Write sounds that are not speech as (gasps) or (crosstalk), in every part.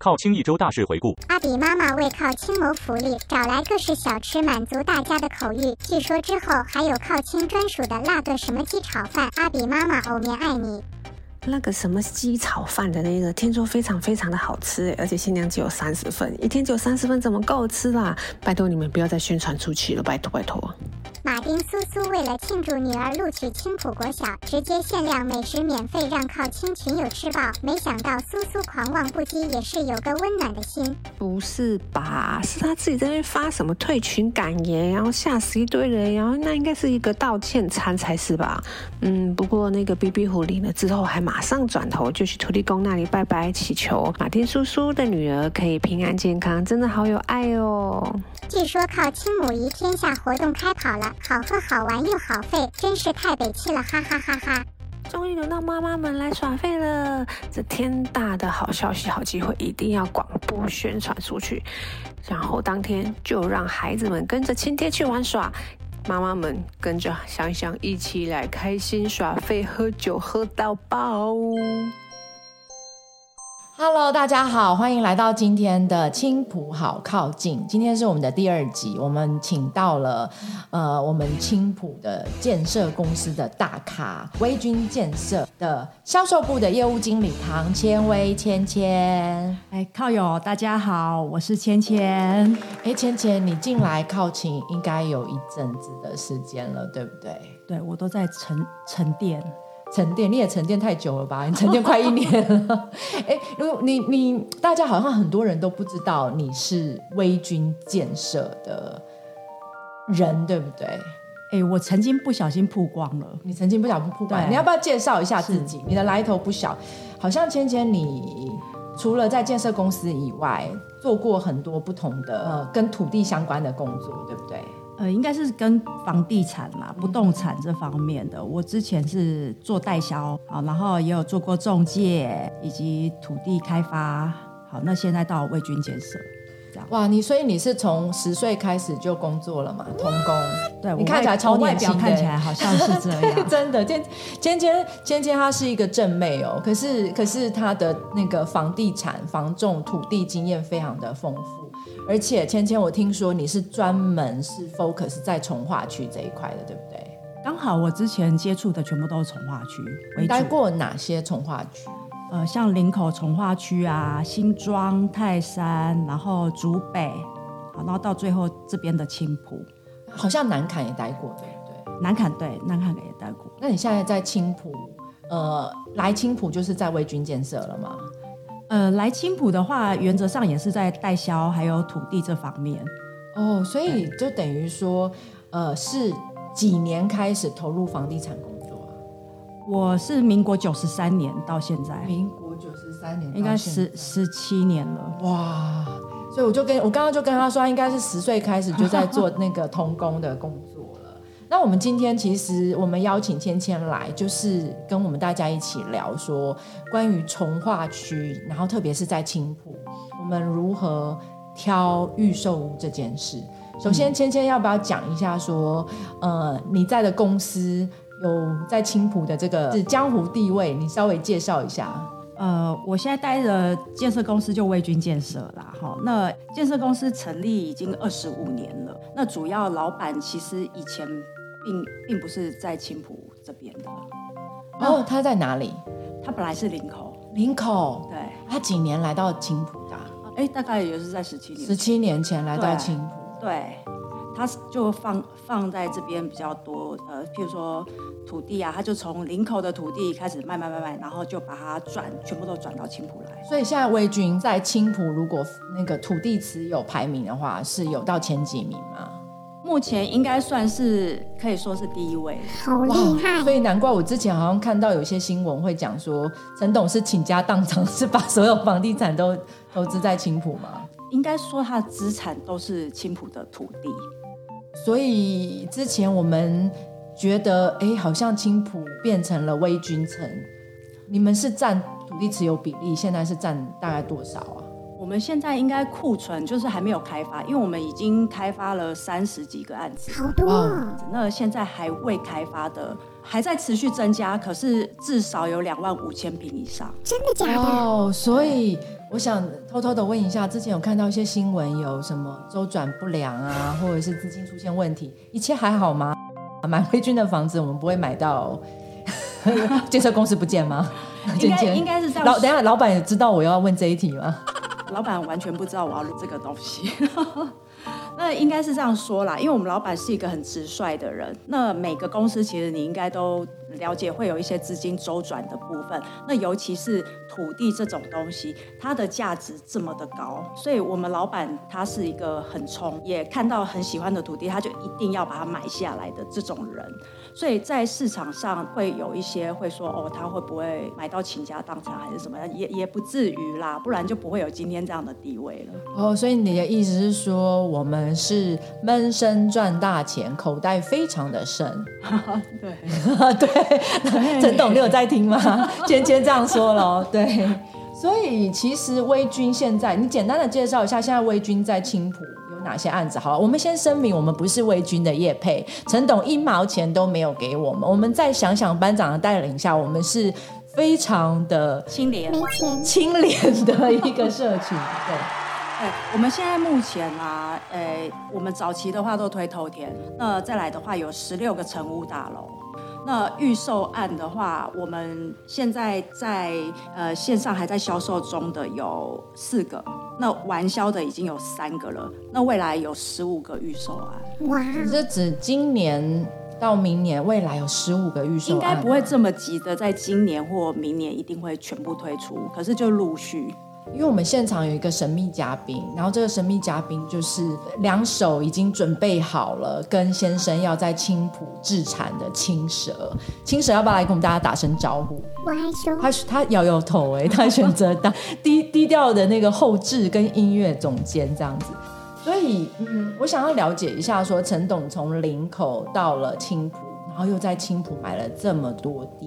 靠青一周大事回顾。阿比妈妈为靠青谋福利，找来各式小吃满足大家的口欲。据说之后还有靠青专属的辣个什么鸡炒饭。阿比妈妈，偶面爱你。那个什么鸡炒饭的那个，听说非常非常的好吃诶，而且限量只有三十份，一天只有三十份，怎么够吃啦？拜托你们不要再宣传出去了，拜托拜托。马丁苏苏为了庆祝女儿录取青浦国小，直接限量美食免费让靠青群友吃饱。没想到苏苏狂妄不羁也是有个温暖的心。不是吧？是他自己在那边发什么退群感言，然后吓死一堆人，然后那应该是一个道歉餐才是吧？嗯，不过那个 B B 狐狸呢之后还马上转头就去土地公那里拜拜，祈求马丁叔叔的女儿可以平安健康，真的好有爱哦。据说靠青母仪天下活动开跑了，好喝好玩又好费，真是太北气了，哈哈哈哈！终于轮到妈妈们来耍废了！这天大的好消息、好机会，一定要广播宣传出去。然后当天就让孩子们跟着亲爹去玩耍，妈妈们跟着香香一起来开心耍废、喝酒喝到爆。 Hello，大家好，欢迎来到今天的青浦好靠近。今天是我们的第二集，我们请到了呃，我们青浦的建设公司的大咖微军建设的销售部的业务经理唐千薇芊芊。哎，靠友，大家好，我是芊芊。哎，芊芊，你进来靠近应该有一阵子的时间了，对不对？对我都在沉沉淀，沉淀，你也沉淀太久了吧？你沉淀快一年了。哎、如果你你大家好像很多人都不知道你是微军建设的人，对不对？哎，我曾经不小心曝光了。你曾经不小心曝光，对你要不要介绍一下自己？你的来头不小，好像芊芊你除了在建设公司以外，做过很多不同的、呃、跟土地相关的工作，对不对？呃，应该是跟房地产啦、不动产这方面的。我之前是做代销啊，然后也有做过中介以及土地开发。好，那现在到魏军建设，哇，你所以你是从十岁开始就工作了嘛？童工，对你我看起外来超从外年表轻的看起来好像是 (laughs) 这对样。真的，尖尖尖尖尖，她是一个正妹哦。可是可是她的那个房地产、房仲、土地经验非常的丰富，而且芊芊，我听说你是专门是 focus 在从化区这一块的，对不对？刚好我之前接触的全部都是从化区为你待主，过哪些从化区？呃，像林口从化区啊、新庄、泰山，然后竹北，好，然后到最后这边的青浦、好像南坎也待过，对不对？南坎，对，南坎也待过。那你现在在青浦，呃，来青浦就是在微军建设了吗？呃，来青浦的话，原则上也是在代销还有土地这方面。哦，所以就等于说，呃，是几年开始投入房地产工作啊？我是民国九十三年到现在，民国九十三年到应该现十在十七年了。哇，所以我就跟我刚刚就跟他说，他应该是十岁开始就在做那个童工的工作了。那我们今天其实我们邀请芊芊来，就是跟我们大家一起聊说关于从化区，然后特别是在青浦，我们如何挑预售屋这件事。首先，芊芊要不要讲一下说，呃，你在的公司有在青浦的这个是江湖地位，你稍微介绍一下。呃，我现在待的建设公司就魏军建设啦，哈。那建设公司成立已经二十五年了，那主要老板其实以前并并不是在青浦这边的，嗯哦，他在哪里？他本来是林口，林口。对，他几年来到青浦的、啊哎，大概也是在十七年十前，七年前来到对青浦。对，他就放放在这边比较多，呃，譬如说土地啊，他就从林口的土地开始卖卖卖卖，然后就把它转全部都转到青浦来。所以现在微军在青浦，如果那个土地持有排名的话，是有到前几名吗？目前应该算是可以说是第一位，好厉害！所以难怪我之前好像看到有些新闻会讲说，陈董是倾家荡产， (laughs) 是把所有房地产都投资在青浦嘛。应该说他的资产都是青浦的土地。所以之前我们觉得，哎，好像青浦变成了微军城，你们是占土地持有比例，现在是占大概多少啊？我们现在应该库存就是还没有开发，因为我们已经开发了三十几个案子，好多、哦，那现在还未开发的还在持续增加，可是至少有两万五千平以上。真的假的？哦，所以我想偷偷的问一下，之前有看到一些新闻，有什么周转不良啊，或者是资金出现问题，一切还好吗？ (laughs) 买辉君的房子，我们不会买到 (laughs) 建设公司不见吗？(laughs) 应建该建应该是这样老等一下，老板也知道我要问这一题吗？老板完全不知道我要录这个东西。 (laughs) 那应该是这样说啦，因为我们老板是一个很直率的人。那每个公司其实你应该都了解，会有一些资金周转的部分。那尤其是土地这种东西，它的价值这么的高，所以我们老板他是一个很冲，也看到很喜欢的土地，他就一定要把它买下来的这种人。所以在市场上会有一些会说哦，他会不会买到倾家荡产还是什么样，也也不至于啦，不然就不会有今天这样的地位了。哦，所以你的意思是说，我们是闷声赚大钱，口袋非常的深。 (laughs) 对，对，陈董，你有在听吗？ (laughs) 芊芊这样说咯，对。所以其实微君现在，你简单的介绍一下，现在微君在青浦有哪些案子？好，我们先声明，我们不是微君的业配，陈董一毛钱都没有给我们。我们再想想班长的带领下，我们是非常的清廉。没钱，清廉的一个社群，对。哎，我们现在目前啊，哎，我们早期的话都推头田，那再来的话有十六个成屋大楼。那预售案的话，我们现在在呃线上还在销售中的有四个，那完销的已经有三个了，那未来有十五个预售案。哇，你是指今年到明年，未来有十五个预售案应吗该不会，这么急的，在今年或明年一定会全部推出，可是就陆续。因为我们现场有一个神秘嘉宾，然后这个神秘嘉宾就是两手已经准备好了，跟先生要在青浦置产的青蛇，青蛇要不要来跟我们大家打声招呼？我害羞，他他摇摇头、哎，他选择当 (laughs) 低低调的那个后置跟音乐总监这样子。所以，嗯，我想要了解一下说陈董从林口到了青浦，然后又在青浦买了这么多地，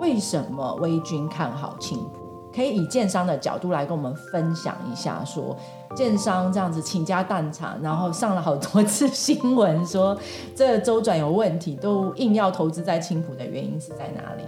为什么微君看好青浦？可以以建商的角度来跟我们分享一下说建商这样子倾家荡产，然后上了好多次新闻说这周转有问题，都硬要投资在青浦的原因是在哪里？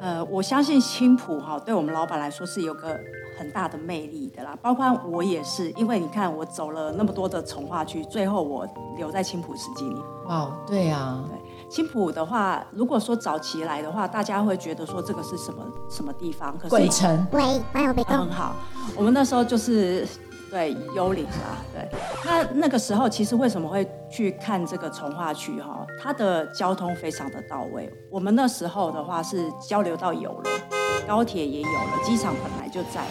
呃，我相信青浦哈，对我们老板来说是有个很大的魅力的啦。包括我也是，因为你看我走了那么多的从化区，最后我留在青浦十几年。哇，对啊，青浦的话，如果说早期来的话，大家会觉得说这个是什么什么地方，可鬼是城喂，网友被攻很，好。我们那时候就是对幽灵啦，对。那那个时候其实为什么会去看这个从化区哈？它的交通非常的到位。我们那时候的话是交流道有了，高铁也有了，机场本来就在了，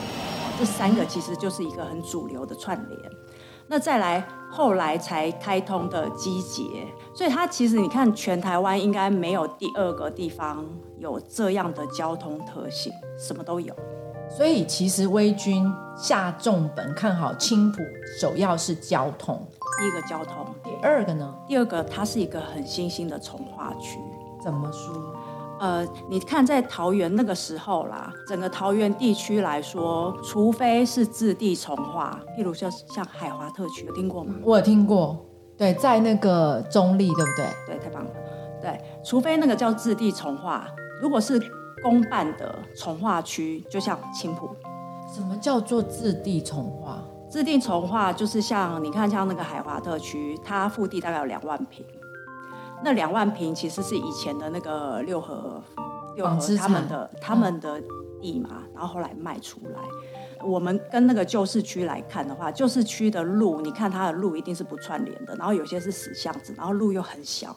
这三个其实就是一个很主流的串联。那再来，后来才开通的机捷，所以它其实你看，全台湾应该没有第二个地方有这样的交通特性，什么都有。所以其实微君下重本看好青浦，首要是交通。第一个交通，第二个呢，第二个它是一个很新兴的从化区。怎么说？呃，你看在桃园那个时候啦，整个桃园地区来说，除非是置地从化，譬如说像海华特区，有听过吗？我有听过，对，在那个中立，对不对？对，太棒了。对，除非那个叫置地从化，如果是公办的从化区，就像青浦，什么叫做自地重化？制定从化就是像你看，像那个海华特区，它腹地大概有两万平，那两万平其实是以前的那个六合六纺织厂嗯合他们的他们的地嘛，然后后来卖出来。我们跟那个旧市区来看的话，旧市区的路，你看它的路一定是不串联的，然后有些是死巷子，然后路又很小，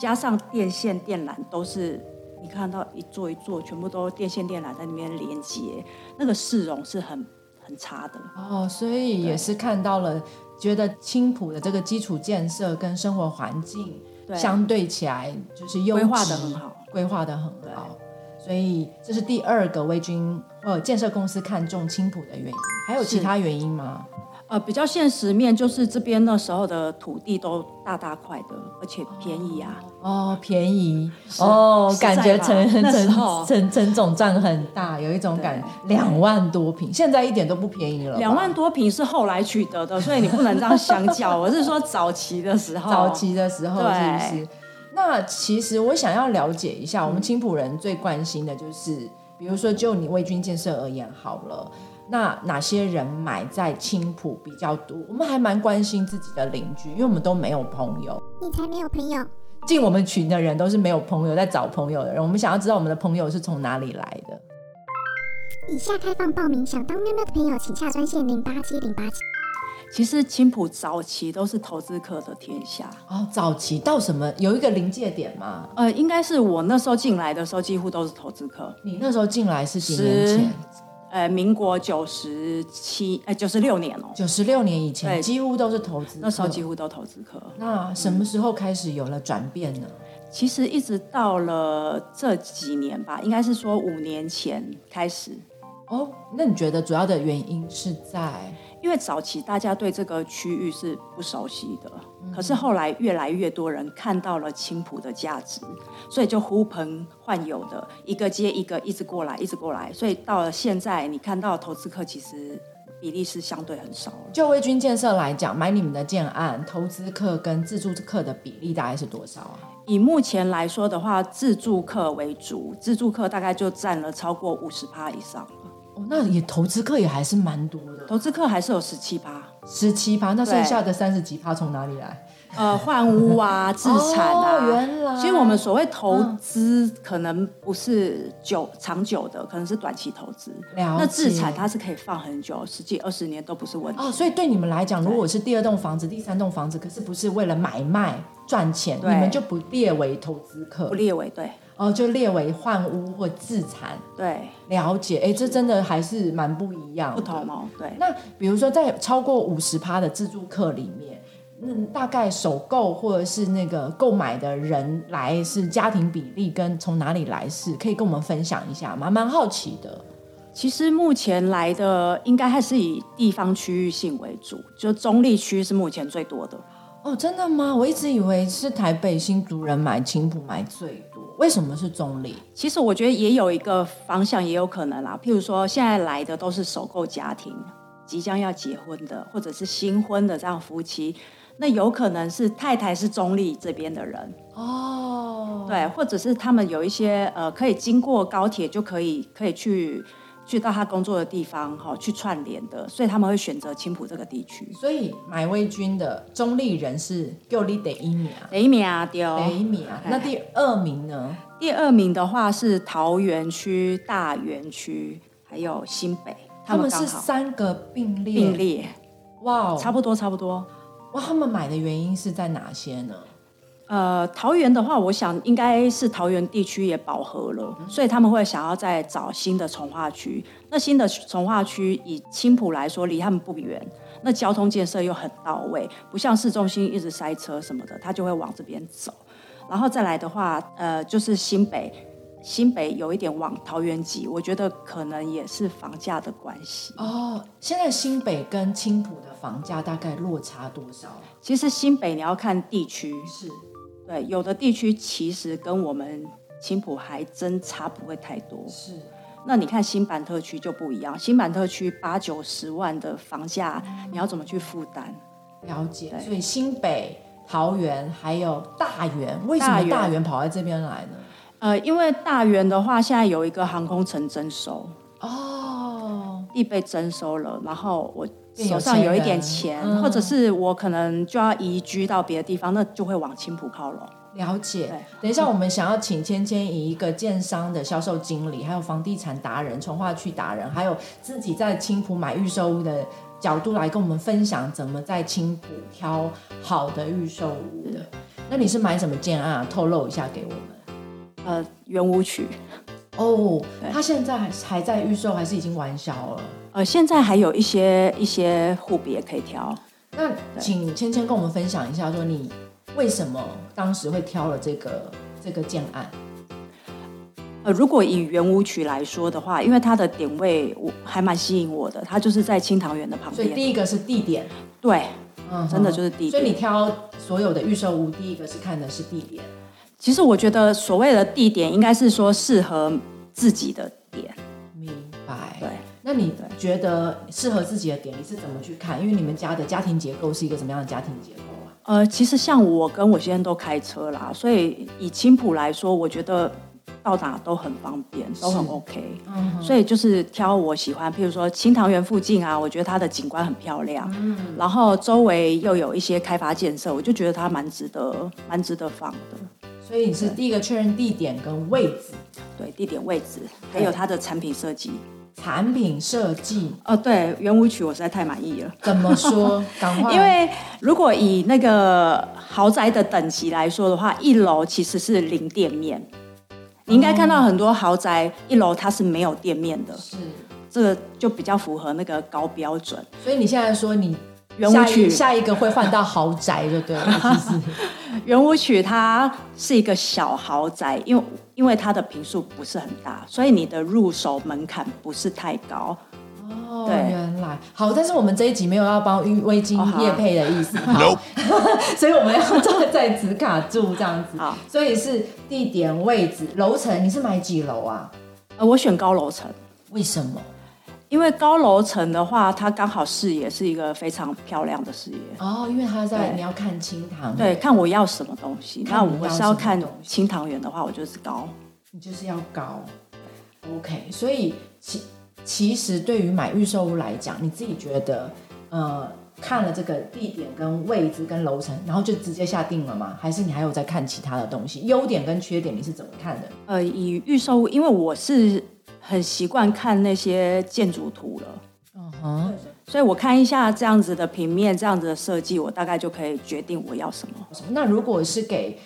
加上电线电缆都是你看到一座一座全部都电线电缆在那边连接，那个市容是很很差的。哦，所以也是看到了，觉得青浦的这个基础建设跟生活环境对啊相对起来，就是优质规划得很好，规划的很好。所以这是呃第二个微君或建设公司看中青浦的原因，还有其是他原因吗？呃，比较现实面就是这边那时候的土地都大大块的，而且便宜啊。哦，便宜哦，实在感觉吧陈那时陈候陈陈总账很大，有一种感觉，两万多平，现在一点都不便宜了吧，哦两万多平是后来取得的，所以你不能这样相较。 (laughs) 我是说早期的时候，早期的时候是不对是？那其实我想要了解一下，嗯我们青浦人最关心的就是，比如说就你魏军建设而言好了，那哪些人买在青浦比较多？我们还蛮关心自己的邻居，因为我们都没有朋友。你才没有朋友。进我们群的人都是没有朋友，在找朋友的人。我们想要知道我们的朋友是从哪里来的。以下开放报名，想当喵喵的朋友请下专线零八七零八七。其实青浦早期都是投资客的天下。哦，早期到什么有一个临界点嘛？呃，应该是我那时候进来的时候，几乎都是投资客。你那时候进来是几年前？呃，民国九十七，呃，九十六年哦、九十六年以前，对几乎都是投资客。那时候几乎都投资客。那什么时候开始有了转变呢？其实一直到了这几年吧，应该是说五年前开始，哦，那你觉得主要的原因是在因为早期大家对这个区域是不熟悉的，可是后来越来越多人看到了青浦的价值，所以就呼朋唤友的，一个接一个，一直过来，一直过来，所以到了现在，你看到投资客其实比例是相对很少了。就微军建设来讲，买你们的建案，投资客跟自住客的比例大概是多少啊？以目前来说的话，自住客为主，自住客大概就占了超过五十趴以上了，哦，那也投资客也还是蛮多的，投资客还是有十七趴。十七趴，那剩对下的三十几趴从哪里来？呃，换 (laughs) 屋啊，自产啊，哦原来嗯其实我们所谓投资，可能不是久长久的，可能是短期投资。了解那自产它是可以放很久，十几二十年都不是问题。哦，所以对你们来讲，如果我是第二栋房子、第三栋房子，可是不是为了买卖赚钱，你对们就不列为投资客不，列为对哦，就列为换屋或自产。对了解，哎，这真的还是蛮不一样的，不同哦，对。那比如说，在超过五十趴的自助客里面，那大概首购或者是那个购买的人来是家庭比例跟从哪里来是，可以跟我们分享一下吗？蛮好奇的。其实目前来的应该还是以地方区域性为主，就中立区是目前最多的。哦，真的吗？我一直以为是台北新竹人买青浦买最多，为什么是中立？其实我觉得也有一个方向，也有可能啦。譬如说，现在来的都是首购家庭，即将要结婚的，或者是新婚的这样夫妻，那有可能是太太是中立这边的人，哦，对，或者是他们有一些呃，可以经过高铁就可以可以去去到他工作的地方哈、去串联的，所以他们会选择青浦这个地区。所以买微军的中立人是够力得一名，第一名啊，丢、得一名。那第二名呢？第二名的话是桃园区、大园区，还有新北，他们刚是好三个并列，并列。哇哦，差不多，差不多。哇，他们买的原因是在哪些呢？呃，桃园的话，我想应该是桃园地区也饱和了，所以他们会想要再找新的从化区。那新的从化区以青浦来说，离他们不远，那交通建设又很到位，不像市中心一直塞车什么的，他就会往这边走。然后再来的话，呃，就是新北，新北有一点往桃园挤，我觉得可能也是房价的关系。哦，现在新北跟青浦的房价大概落差多少？其实新北你要看地区，是对，有的地区其实跟我们青浦还真差不会太多。是，那你看新版特区就不一样，新版特区八九十万的房价，你要怎么去负担？了解。对所以新北、桃园还有大园，为什么大大园跑到这边来呢？呃，因为大园的话，现在有一个航空城征收，哦，地被征收了，然后我变有手钱上有一点人钱，嗯或者是我可能就要移居到别的地方，那就会往青浦靠拢。了解对。等一下，我们想要请芊芊以一个建商的销售经理，还有房地产达人、从化区达人，还有自己在青浦买预售屋的角度来跟我们分享，怎么在青浦挑好的预售屋的。那你是买什么建案啊？透露一下给我们。呃，圆舞曲，哦，对他现在还还在预售，还是已经完销了？呃，现在还有一些一些户别可以挑。那请芊芊跟我们分享一下，说你为什么当时会挑了这个这个建案？呃，如果以圆舞曲来说的话，因为它的点位我还蛮吸引我的，它就是在清塘园的旁所以边。第一个是地点，对，嗯，真的就是地点所以你挑所有的预售屋，第一个是看的是地点，其实我觉得所谓的地点，应该是说适合自己的点。明白。对，那你觉得适合自己的点，你是怎么去看？因为你们家的家庭结构是一个什么样的家庭结构啊？呃，其实像我跟我先生都开车啦，所以以青浦来说，我觉得到哪都很方便，都很是 OK。嗯哼，所以就是挑我喜欢，譬如说清塘园附近啊，我觉得它的景观很漂亮，然后周围又有一些开发建设，我就觉得它蛮值得，蛮值得放的。所以你是第一个确认地点跟位置、对，地点位置，还对有它的产品设计。产品设计，哦，对，圆舞曲我实在太满意了。怎么 (laughs) 说？赶快，因为如果以那个豪宅的等级来说的话，一楼其实是零店面。你应该看到很多豪宅一楼它是没有店面的，是，这个就比较符合那个高标准。所以你现在说你圆下舞一曲，下一个会换到豪宅，就对了，是不是？圆舞曲它是一个小豪宅，因为因为它的平数不是很大，所以你的入手门槛不是太高。哦，对原来好，但是我们这一集没有要帮微哦巾好啊叶配的意 (laughs) 思，好， (laughs) 所以我们要在在此卡住这样子。好，所以是地点、位置、楼层，你是买几楼啊？呃，我选高楼层，为什么？因为高楼层的话，它刚好视野是一个非常漂亮的视野。哦，因为它在对你要看清塘，对，，看我要什么东西。那嗯看你我要是什要么看东西清塘园的话，我就是高。你就是要高。OK，所以其其实对于买预售屋来讲，你自己觉得，呃，看了这个地点、跟位置、跟楼层，然后就直接下定了吗？还是你还有在看其他的东西？优点跟缺点你是怎么看的？呃，以预售屋，因为我是很习惯看那些建筑图了，嗯哼，所以我看一下这样子的平面，这样子的设计，我大概就可以决定我要什么。那如果是给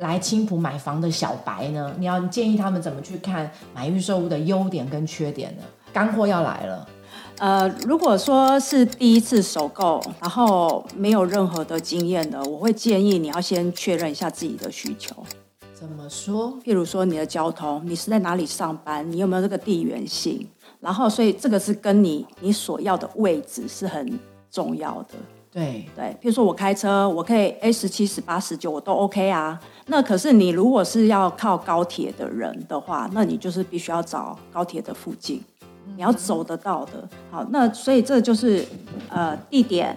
来青浦买房的小白呢？你要建议他们怎么去看买预售屋的优点跟缺点呢？干货要来了，呃，如果说是第一次首购，然后没有任何的经验的，我会建议你要先确认一下自己的需求，怎么说？譬如说你的交通，你是在哪里上班，你有没有这个地缘性，然后所以这个是跟你你所要的位置是很重要的。对，对，譬如说我开车，我可以 A 十七、十八、十九，我都 OK 啊。那可是你如果是要靠高铁的人的话，那你就是必须要找高铁的附近，你要走得到的。好，那所以这就是呃地点。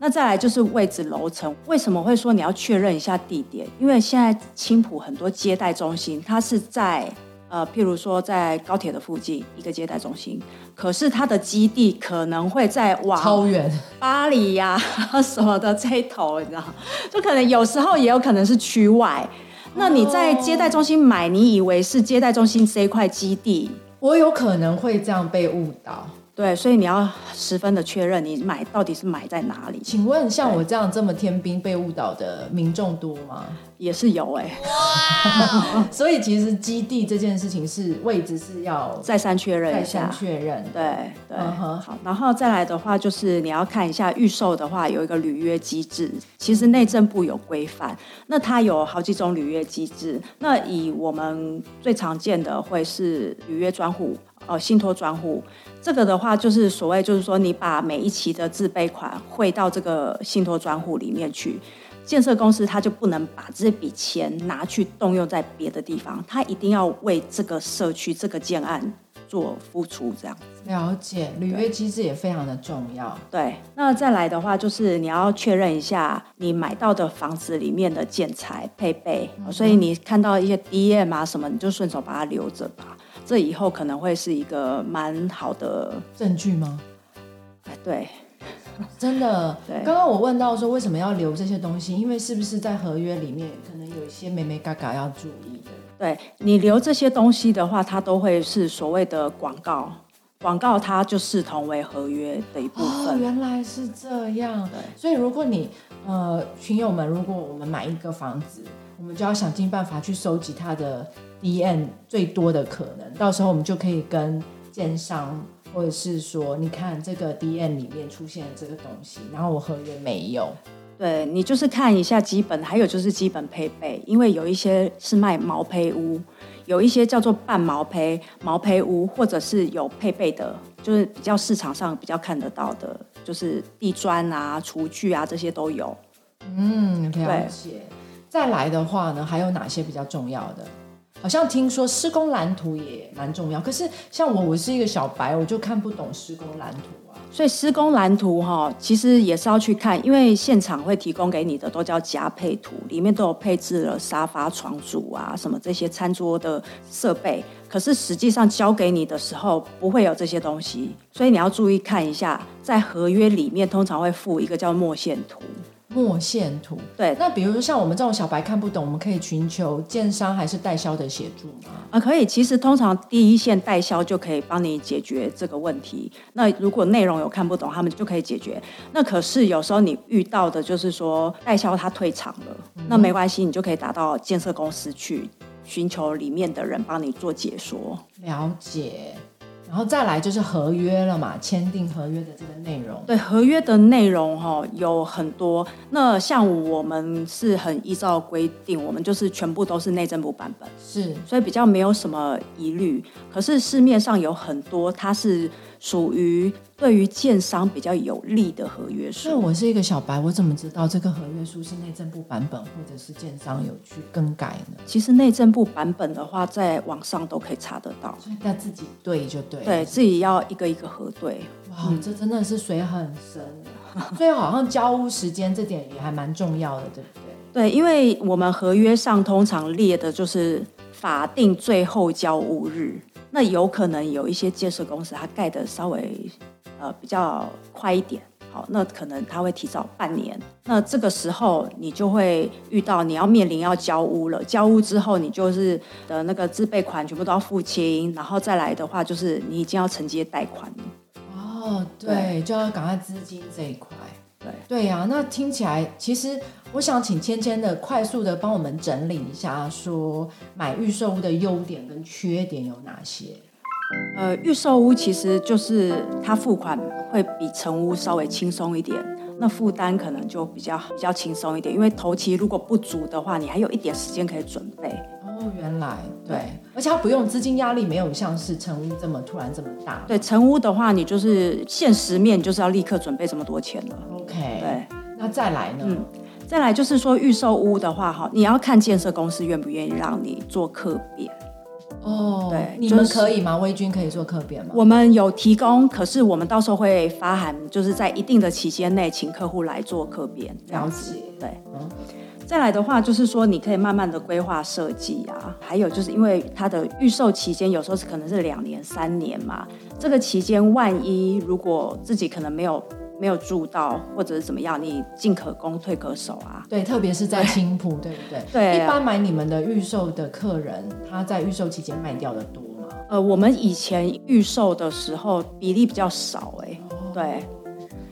那再来就是位置楼层，为什么会说你要确认一下地点？因为现在青浦很多接待中心，它是在呃，譬如说在高铁的附近一个接待中心，可是它的基地可能会在往超远，巴黎呀、 (laughs) 什么的这一头，你知道，就可能有时候也有可能是区外。那你在接待中心买，你以为是接待中心这一块基地，我有可能会这样被误导。对，所以你要十分的确认你买到底是买在哪里，请问像我这样这么天兵被误导的民众多吗？也是有哎、所以其实基地这件事情是位置是要再三确认再一三下。确认的。对对嗯哼好，然后再来的话就是你要看一下预售的话有一个履约机制，其实内政部有规范，那它有好几种履约机制，那以我们最常见的会是履约专户，呃，信托专户。这个的话，就是所谓，就是说，你把每一期的自备款汇到这个信托专户里面去，建设公司它就不能把这笔钱拿去动用在别的地方，它一定要为这个社区、这个建案做付出，这样。了解，履约机制也非常的重要。对，那再来的话，就是你要确认一下你买到的房子里面的建材配备，哦所以你看到一些 DM 啊什么，你就顺手把它留着吧。这以后可能会是一个蛮好的，证据吗？哎，对，真的对，刚刚我问到说为什么要留这些东西，因为是不是在合约里面可能有一些美美嘎嘎要注意的？对你留这些东西的话，它都会是所谓的广告，广告它就视同为合约的一部哦，分。原来是这样。对所以如果你呃，群友们，如果我们买一个房子，我们就要想尽办法去收集它的 DM 最多的可能，到时候我们就可以跟建商。或者是说，你看这个 D N 里面出现了这个东西，然后我合约没有，对你就是看一下基本，还有就是基本配备，因为有一些是卖毛坯屋，有一些叫做半毛坯、毛坯屋，或者是有配备的，就是比较市场上比较看得到的，就是地砖啊、厨具啊这些都有。嗯，了解。再来的话呢，还有哪些比较重要的？好像听说施工蓝图也蛮重要，可是像我，我是一个小白，我就看不懂施工蓝图啊。所以施工蓝图哈、其实也是要去看，因为现场会提供给你的都叫加配图，里面都有配置了沙发、床组啊，什么这些餐桌的设备。可是实际上交给你的时候，不会有这些东西，所以你要注意看一下，在合约里面通常会附一个叫墨线图。墨线图，对那比如说像我们这种小白看不懂，我们可以寻求建商还是代销的协助吗？啊，可以。其实通常第一线代销就可以帮你解决这个问题。那如果内容有看不懂，他们就可以解决。那可是有时候你遇到的就是说代销他退场了，那没关系，你就可以打到建设公司去寻求里面的人帮你做解说。了解。然后再来就是合约了嘛，签订合约的这个内容。对合约的内容哈、有很多，那像我们是很依照规定，我们就是全部都是内政部版本。是所以比较没有什么疑虑。可是市面上有很多，它是属于对于建商比较有利的合约所以书。我是一个小白，我怎么知道这个合约书是内政部版本，或者是建商有去更改呢？其实内政部版本的话，在网上都可以查得到，所以要自己对就对了。对自己要一个一个核对。哇，这真的是水很深。啊 (laughs) 所以好像交屋时间这点也还蛮重要的，对不对？对，因为我们合约上通常列的就是法定最后交屋日，那有可能有一些建设公司它盖的稍微呃比较快一点，好，那可能它会提早半年，那这个时候你就会遇到你要面临要交屋了，交屋之后你就是的那个自备款全部都要付清，然后再来的话就是你已经要承接贷款了。哦，对，就要赶快资金这一块。对对呀、那听起来其实我想请芊芊的快速的帮我们整理一下，说买预售屋的优点跟缺点有哪些？呃，预售屋其实就是它付款会比成屋稍微轻松一点，那负担可能就比较比较轻松一点，因为头期如果不足的话，你还有一点时间可以准备。哦，原来对对，而且它不用资金压力，没有像是成屋这么突然这么大。对，成屋的话，你就是现实面就是要立刻准备这么多钱了。 ，OK，对，那再来呢？嗯再来就是说预售屋的话，哈，你要看建设公司愿不愿意让你做客别。哦，对你就们是可以吗？微君可以做客变吗？我们有提供，可是我们到时候会发函，就是在一定的期间内，请客户来做客变。这样子了解对。嗯再来的话，就是说你可以慢慢的规划设计啊，还有就是因为它的预售期间有时候是可能是两年、三年嘛，这个期间万一如果自己可能没有没有住到或者是怎么样，你进可攻退可守啊。对，特别是在青浦，对不对？对啊一般买你们的预售的客人，他在预售期间卖掉的多吗？呃，我们以前预售的时候比例比较少哎、哦对，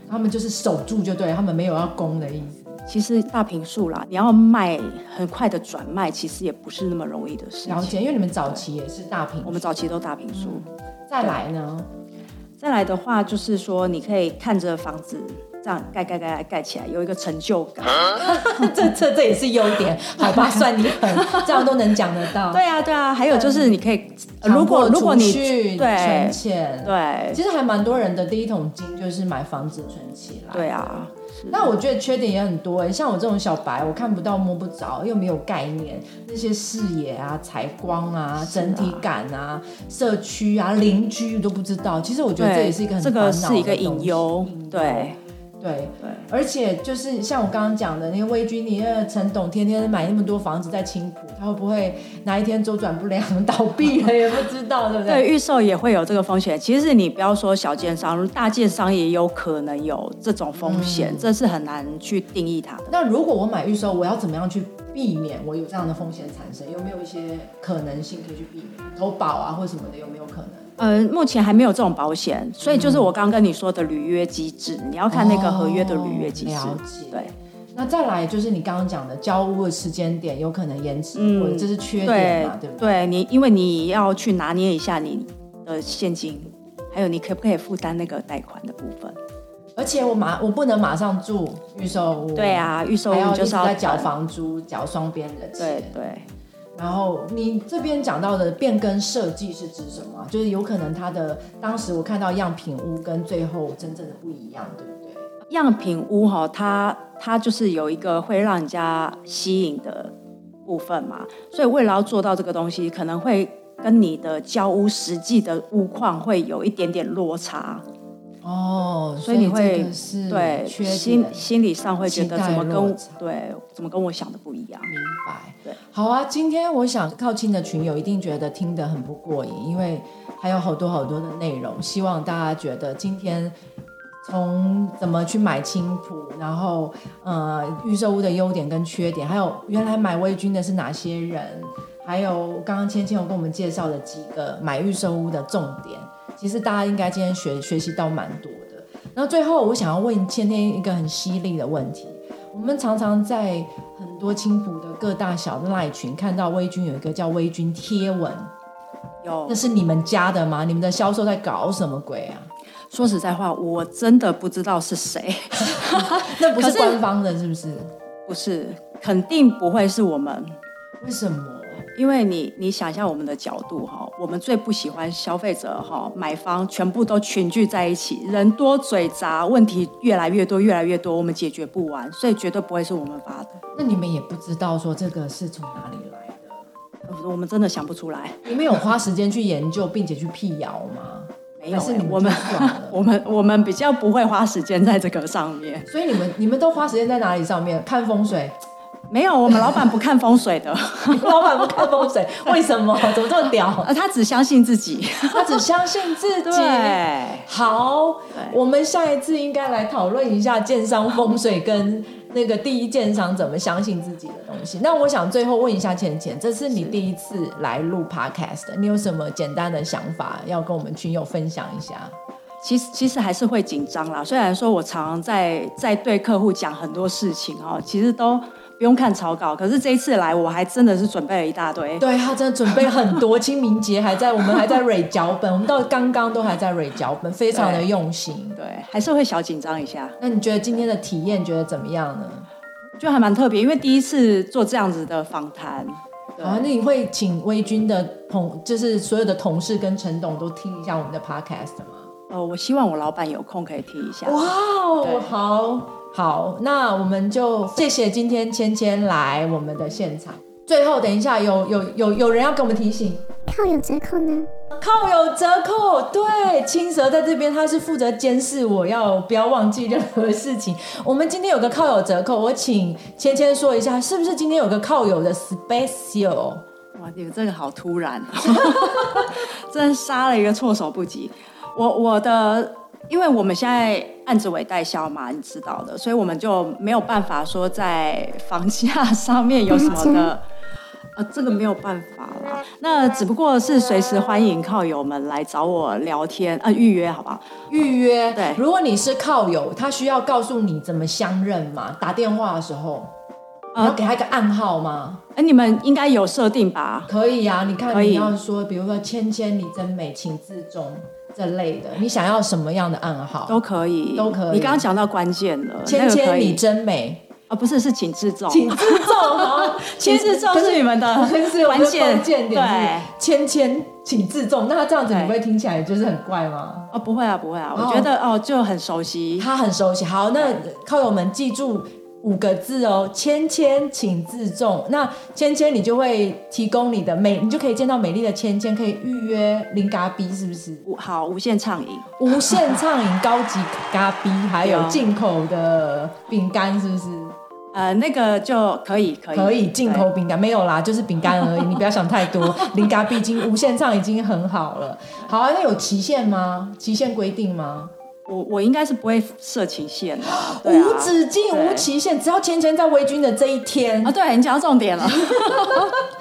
他们就是守住就对了，他们没有要攻的意思。其实大平数啦，你要卖很快的转卖，其实也不是那么容易的事了情。解，因为你们早期也是大平我，们早期都大平数，再来呢？ (laughs) 再来的话就是说，你可以看着房子这样盖盖盖盖盖起来，有一个成就感。这这这也是优点，好吧，算你 (laughs) 狠，这样都能讲得到。对啊，对啊，还有就是你可以，呃强如果迫如果你储蓄对存钱，对其实还蛮多人的第一桶金就是买房子存起来。对。啊，那我觉得缺点也很多、欸，像我这种小白，我看不到摸不着，又没有概念，那些视野啊、采光啊、整体感啊、社区啊、邻居都不知道。其实我觉得这也是一个很这个烦恼是一个的东隐西忧隐，忧对对。对。而且就是像我刚刚讲的，那个魏军，你那个陈董天天买那么多房子在青浦，他会不会哪一天周转不良倒闭了也不知道，对不对？对预售也会有这个风险。其实你不要说小建商，大建商也有可能有这种风嗯险，这是很难去定义它的。那如果我买预售，我要怎么样去避免我有这样的风险产生？有没有一些可能性可以去避免？投保啊或什么的有没有可能？呃，目前还没有这种保险，所以就是我刚刚跟你说的履约机制，你要哦看那个合约的履约机制。哦了解对那再来就是你刚刚讲的交屋的时间点有可能延迟，或者这是缺点嗯对嘛，对不对？对，你因为你要去拿捏一下你的现金，还有你可不可以负担那个贷款的部分。而且我马我不能马上住预售屋，对，啊，预售还要屋一就直是要在缴等，房租、缴双边的对钱。对。然后你这边讲到的变更设计是指什么啊？就是有可能它的当时我看到样品屋跟最后真正的不一样，对不对？样品屋哈，它它就是有一个会让人家吸引的部分嘛，所以为了要做到这个东西，可能会跟你的交屋实际的屋况会有一点点落差，哦，所以你这会个是对缺心点心理上会觉得期待怎么跟我落差对怎么跟我想的不一样，明白，对，好啊。今天我想靠近的群友一定觉得听得很不过瘾，因为还有好多好多的内容。希望大家觉得今天从怎么去买青浦，然后呃预售屋的优点跟缺点，还有原来买微军的是哪些人，还有刚刚芊芊有跟我们介绍的几个买预售屋的重点，其实大家应该今天学学习到蛮多的。然后最后我想要问芊芊一个很犀利的问题。我们常常在很多青浦的各大小赖群看到微君有一个叫微君贴文，有那是你们家的吗？你们的销售在搞什么鬼啊？说实在话，我真的不知道是谁，那不可是是官方的，是不是？ (laughs) 不是，肯定不会是我们。为什么？因为你，你想一下我们的角度哈，我们最不喜欢消费者哈买方全部都群聚在一起，人多嘴杂，问题越来越多，越来越多，我们解决不完，所以绝对不会是我们发的。那你们也不知道说这个是从哪里来的？我们真的想不出来，你们有花时间去研究并且去辟谣吗？没有、还是你欸们我们就算了 (laughs) 我们我们比较不会花时间在这个上面。所以你们你们都花时间在哪里上面看风水？ (laughs) 没有，我们老板不看风水的，老板不看风水，为什么？怎么这么屌？呃，他只相信自己。他只相信自己。好，对我们下一次应该来讨论一下建商风水跟那个第一建商怎么相信自己的东西。那我想最后问一下倩倩，这是你第一次来录 podcast，你有什么简单的想法要跟我们群友分享一下？其实其实还是会紧张啦。虽然说我常常在在对客户讲很多事情哦，其实都不用看草稿，可是这一次来我还真的是准备了一大堆。对他真的准备很多，清明节还在，我们还在蕊脚本，我们到刚刚都还在蕊脚本，非常的用 (laughs) 心。对，还是会小紧张一下，那你觉得今天的体验觉得怎么样呢？就还蛮特别，因为第一次做这样子的访谈。对啊，那你会请微君的同，就是所有的同事跟陈董都听一下我们的 podcast 吗？呃，我希望我老板有空可以听一下。哇对哦，好好，那我们就谢谢今天芊芊来我们的现场。最后，等一下有有有有人要给我们提醒，套有折扣呢？扣有折扣。对，青蛇在这边，他是负责监视我要不要忘记任何事情。我们今天有个靠友折扣，我请芊芊说一下，是不是今天有个靠友的 special？哇，你们这个好突然，哦 (laughs) 真杀了一个措手不及。我我的，因为我们现在按着尾代销嘛，你知道的，所以我们就没有办法说在房价 (laughs) 上面有什么的，呃，这个没有办法啦。那只不过是随时欢迎靠友们来找我聊天，呃，预约好不好？预约。对如果你是靠友，他需要告诉你怎么相认吗？打电话的时候，呃然后给他一个暗号吗？哎，你们应该有设定吧？可以啊，你看可以你要说，比如说“芊芊你真美，请自重”这类的，你想要什么样的暗号？都可以，都可以你刚刚讲到关键了，芊那个可芊你以真美，啊，不是是请自重，请自重哦。请自重是 (laughs) 你们的 (laughs) 可是我们关的键关键对点是芊芊，请自重。那他这样子，对你会听起来就是很怪吗？哦，不会啊，不会啊，我哦觉得哦就很熟悉。他很熟悉。好，那靠友们记住五个字哦，芊芊，请自重。那芊芊，你就会提供你的美，你就可以见到美丽的芊芊，可以预约零嘎逼，是不是？无好，无限畅饮，无限畅饮高级咖啡，还有有进口的饼干，是不是？呃，那个就可以，可以，可以进口对。饼干没有啦，就是饼干而已，你不要想太多。 (laughs) 零咖啡已经无限畅已经很好了。好啊，那有期限吗？期限规定吗？我我应该是不会设期 (gasps) 限的啊，对啊无止境、对无期限，只要芊芊在微军的这一天啊。，对你讲到重点 (laughs) 了，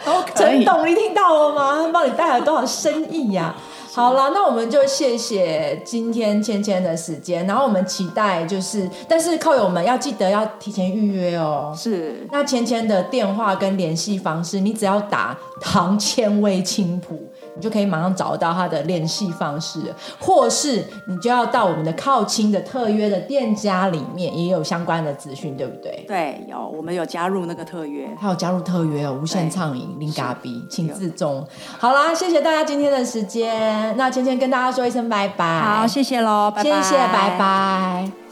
都可陈以。董，你听到了吗？他帮你带来多少生意 (laughs) 呀、好啦，那我们就谢谢今天芊芊的时间，然后我们期待就是，但是靠友们要记得要提前预约哦。是那芊芊的电话跟联系方式，你只要打“堂芊微青浦”，你就可以马上找到他的联系方式了，或是你就要到我们的靠亲的特约的店家里面也有相关的资讯，对不对？对，有我们有加入那个特约，还有加入特约哦，无限畅饮零嘎比，请自重。好啦，谢谢大家今天的时间，那芊芊跟大家说一声拜拜，好，谢谢喽，拜拜谢谢，拜拜。